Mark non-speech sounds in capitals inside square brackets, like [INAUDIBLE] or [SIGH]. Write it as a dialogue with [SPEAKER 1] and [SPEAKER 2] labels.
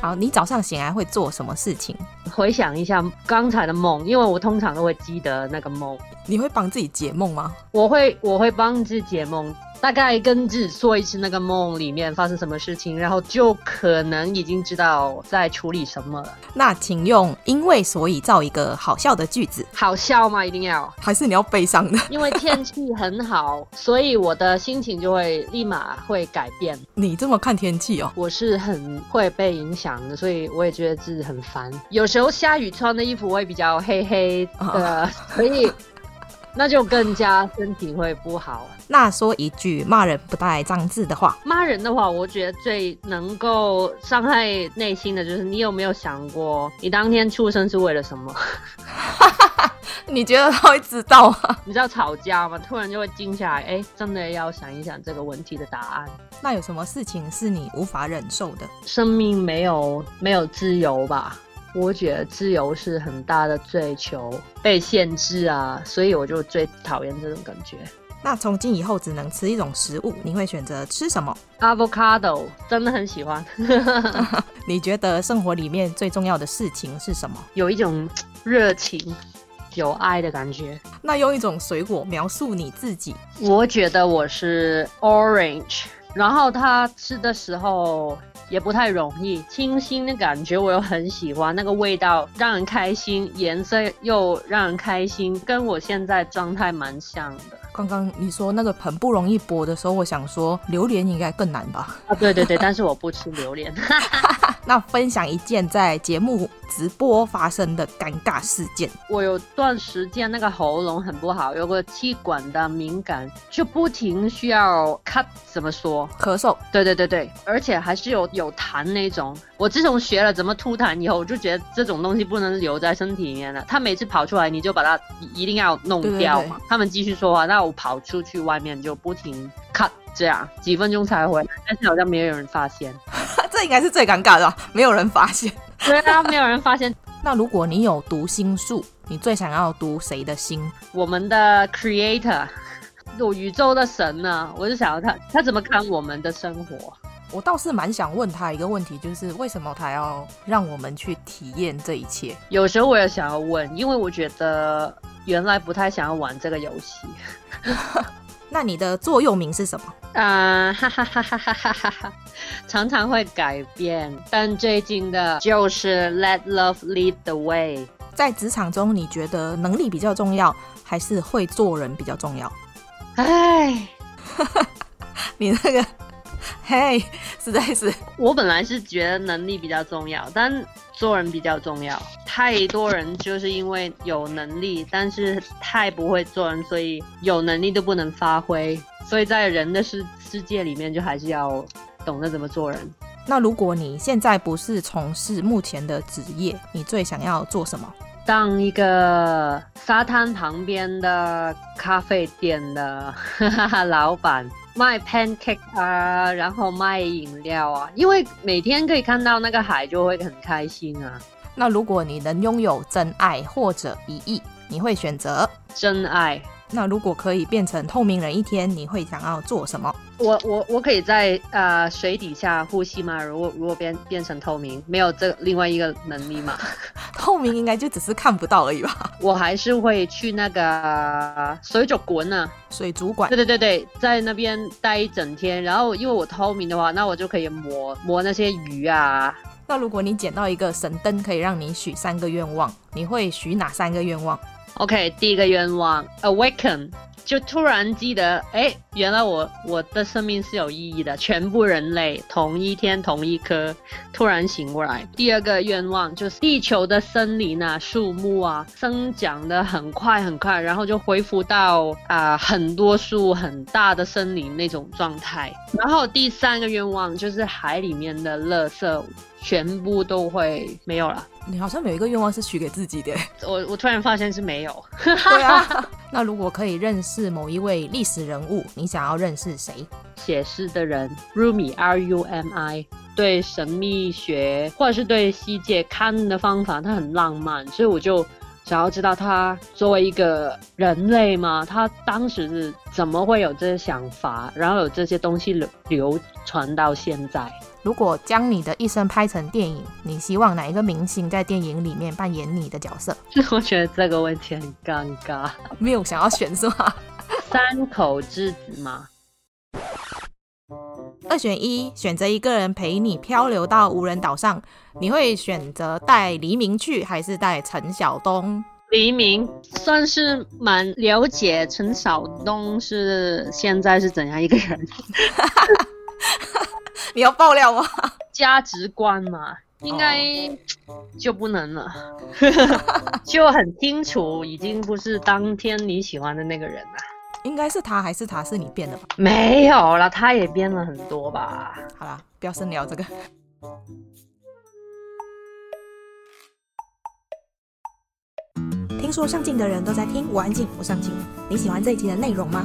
[SPEAKER 1] 好，你早上醒来会做什么事情？
[SPEAKER 2] 回想一下刚才的梦，因为我通常都会记得那个梦，
[SPEAKER 1] 你会帮自己解梦吗？
[SPEAKER 2] 我会我会帮自己解梦，大概跟自己说一次那个梦里面发生什么事情，然后就可能已经知道在处理什么了。
[SPEAKER 1] 那请用因为所以造一个好笑的句子，
[SPEAKER 2] 好笑吗？一定要，
[SPEAKER 1] 还是你要悲伤的？ [LAUGHS]
[SPEAKER 2] 因为天气很好，所以我的心情就会立马会改变。
[SPEAKER 1] 你这么看天气哦？
[SPEAKER 2] 我是很会被影响的，所以我也觉得自己很烦。有时候下雨穿的衣服会比较黑黑的，所以那就更加身体会不好。
[SPEAKER 1] 那说一句骂人不带脏字的话，
[SPEAKER 2] 骂人的话，我觉得最能够伤害内心的就是你有没有想过，你当天出生是为了什么？ [LAUGHS]
[SPEAKER 1] 你觉得他会知道吗？ [LAUGHS]
[SPEAKER 2] 你知道吵架吗？突然就会静下来，哎，真的要想一想这个问题的答案。
[SPEAKER 1] 那有什么事情是你无法忍受的？
[SPEAKER 2] 生命没有没有自由吧？我觉得自由是很大的追求，被限制啊，所以我就最讨厌这种感觉。
[SPEAKER 1] 那从今以后只能吃一种食物，你会选择吃什么？
[SPEAKER 2] Avocado 真的很喜欢， [LAUGHS]
[SPEAKER 1] 你觉得生活里面最重要的事情是什么？
[SPEAKER 2] 有一种嘖热情、有爱的感觉。
[SPEAKER 1] 那用一种水果描述你自己，
[SPEAKER 2] 我觉得我是 orange，然后它吃的时候也不太容易，清新的感觉我又很喜欢，那个味道让人开心，颜色又让人开心，跟我现在状态蛮像的。
[SPEAKER 1] 刚刚你说那个很不容易剥的时候，我想说榴莲应该更难吧？
[SPEAKER 2] 啊，对对对，但是我不吃榴莲。
[SPEAKER 1] 那分享一件在节目直播发生的尴尬事件，
[SPEAKER 2] 我有段时间那个喉咙很不好，有个气管的敏感，就不停需要咳，怎么说？
[SPEAKER 1] 咳嗽。 [LAUGHS]
[SPEAKER 2] 对对对对，而且还是有有痰那种。我自从学了怎么吐痰以后，我就觉得这种东西不能留在身体里面了。它每次跑出来，你就把它一一定要弄掉嘛。他们继续说话，那我跑出去外面就不停咳，这样几分钟才回来，但是好像没有人发现。
[SPEAKER 1] 这应该是最尴尬的吧，没有人发现。
[SPEAKER 2] [LAUGHS] 对啊，没有人发现。
[SPEAKER 1] [LAUGHS] 那如果你有读心术，你最想要读谁的心？
[SPEAKER 2] 我们的 Creator，有宇宙的神呢，我就想要他他怎么看我们的生活？
[SPEAKER 1] 我倒是蛮想问他一个问题，就是为什么他要让我们去体验这一切？
[SPEAKER 2] 有时候我也想要问，因为我觉得原来不太想要玩这个游戏。
[SPEAKER 1] 那你的座右铭是什么？
[SPEAKER 2] 啊，哈哈哈哈哈哈哈哈，常常会改变，但最近的就是 Let Love Lead the Way。
[SPEAKER 1] 在职场中，你觉得能力比较重要，还是会做人比较重要？ [LAUGHS]
[SPEAKER 2] 唉，
[SPEAKER 1] 你那个， [LAUGHS] 嘿，实在是
[SPEAKER 2] 我本来是觉得能力比较重要，但做人比较重要。太多人就是因为有能力，但是太不会做人，所以有能力都不能发挥。所以在人的世世界里面，就还是要懂得怎么做人。
[SPEAKER 1] 那如果你现在不是从事目前的职业，你最想要做什么？
[SPEAKER 2] 当一个沙滩旁边的咖啡店的 [LAUGHS] 老板，卖 pancake 啊，然后卖饮料啊，因为每天可以看到那个海，就会很开心啊。
[SPEAKER 1] 那如果你能拥有真爱或者一亿，你会选择？
[SPEAKER 2] 真爱，
[SPEAKER 1] 那如果可以变成透明人一天，你会想要做什么？
[SPEAKER 2] 我我我可以在呃水底下呼吸吗？如果如果变变成透明，没有这另外一个能力吗？
[SPEAKER 1] 透明应该就只是看不到而已吧？ [LAUGHS]
[SPEAKER 2] 我还是会去那个呃水族馆啊。
[SPEAKER 1] 水族馆
[SPEAKER 2] 对对对对，在那边待一整天，然后因为我透明的话，那我就可以摸摸那些鱼啊。
[SPEAKER 1] 那如果你捡到一个神灯，可以让你许三个愿望，你会许哪三个愿望？
[SPEAKER 2] OK，第一个愿望，awaken，就突然记得，哎，原来我我的生命是有意义的，全部人类同一天同一颗，突然醒过来。第二个愿望就是地球的森林啊、树木啊生长的很快很快，然后就恢复到啊、很多树、很大的森林那种状态。然后第三个愿望就是海里面的垃圾全部都会没有了。
[SPEAKER 1] 你好像有一个愿望是许给自己的。
[SPEAKER 2] 我我突然发现是没有。
[SPEAKER 1] 对啊。那如果可以认识某一位历史人物，你想要认识谁？
[SPEAKER 2] 写诗的人 Rumi R U M I 对神秘学或者是对西界看的方法，他很浪漫，所以我就想要知道他作为一个人类嘛，他当时是怎么会有这些想法，然后有这些东西流流传到现在。 [LAUGHS]
[SPEAKER 1] 如果将你的一生拍成电影，你希望哪一个明星在电影里面扮演你的角色？
[SPEAKER 2] 我觉得这个问题很尴尬。 [LAUGHS]
[SPEAKER 1] 没有想要选是吗？
[SPEAKER 2] 三口之子嘛，
[SPEAKER 1] 二选一，选择一个人陪你漂流到无人岛上，你会选择带黎明去，还是带陈晓东？
[SPEAKER 2] 黎明算是蛮了解陈晓东是现在是怎样一个人，
[SPEAKER 1] 你要爆料吗？
[SPEAKER 2] 价值观嘛，应该就不能了，就很清楚，已经不是当天你喜欢的那个人了。
[SPEAKER 1] 应该是他还是他是你变的吧？
[SPEAKER 2] 没有了，他也变了很多吧。
[SPEAKER 1] 好啦，不要深聊这个。
[SPEAKER 3] 听说上镜的人都在听，我安静，我上镜。你喜欢这一集的内容吗？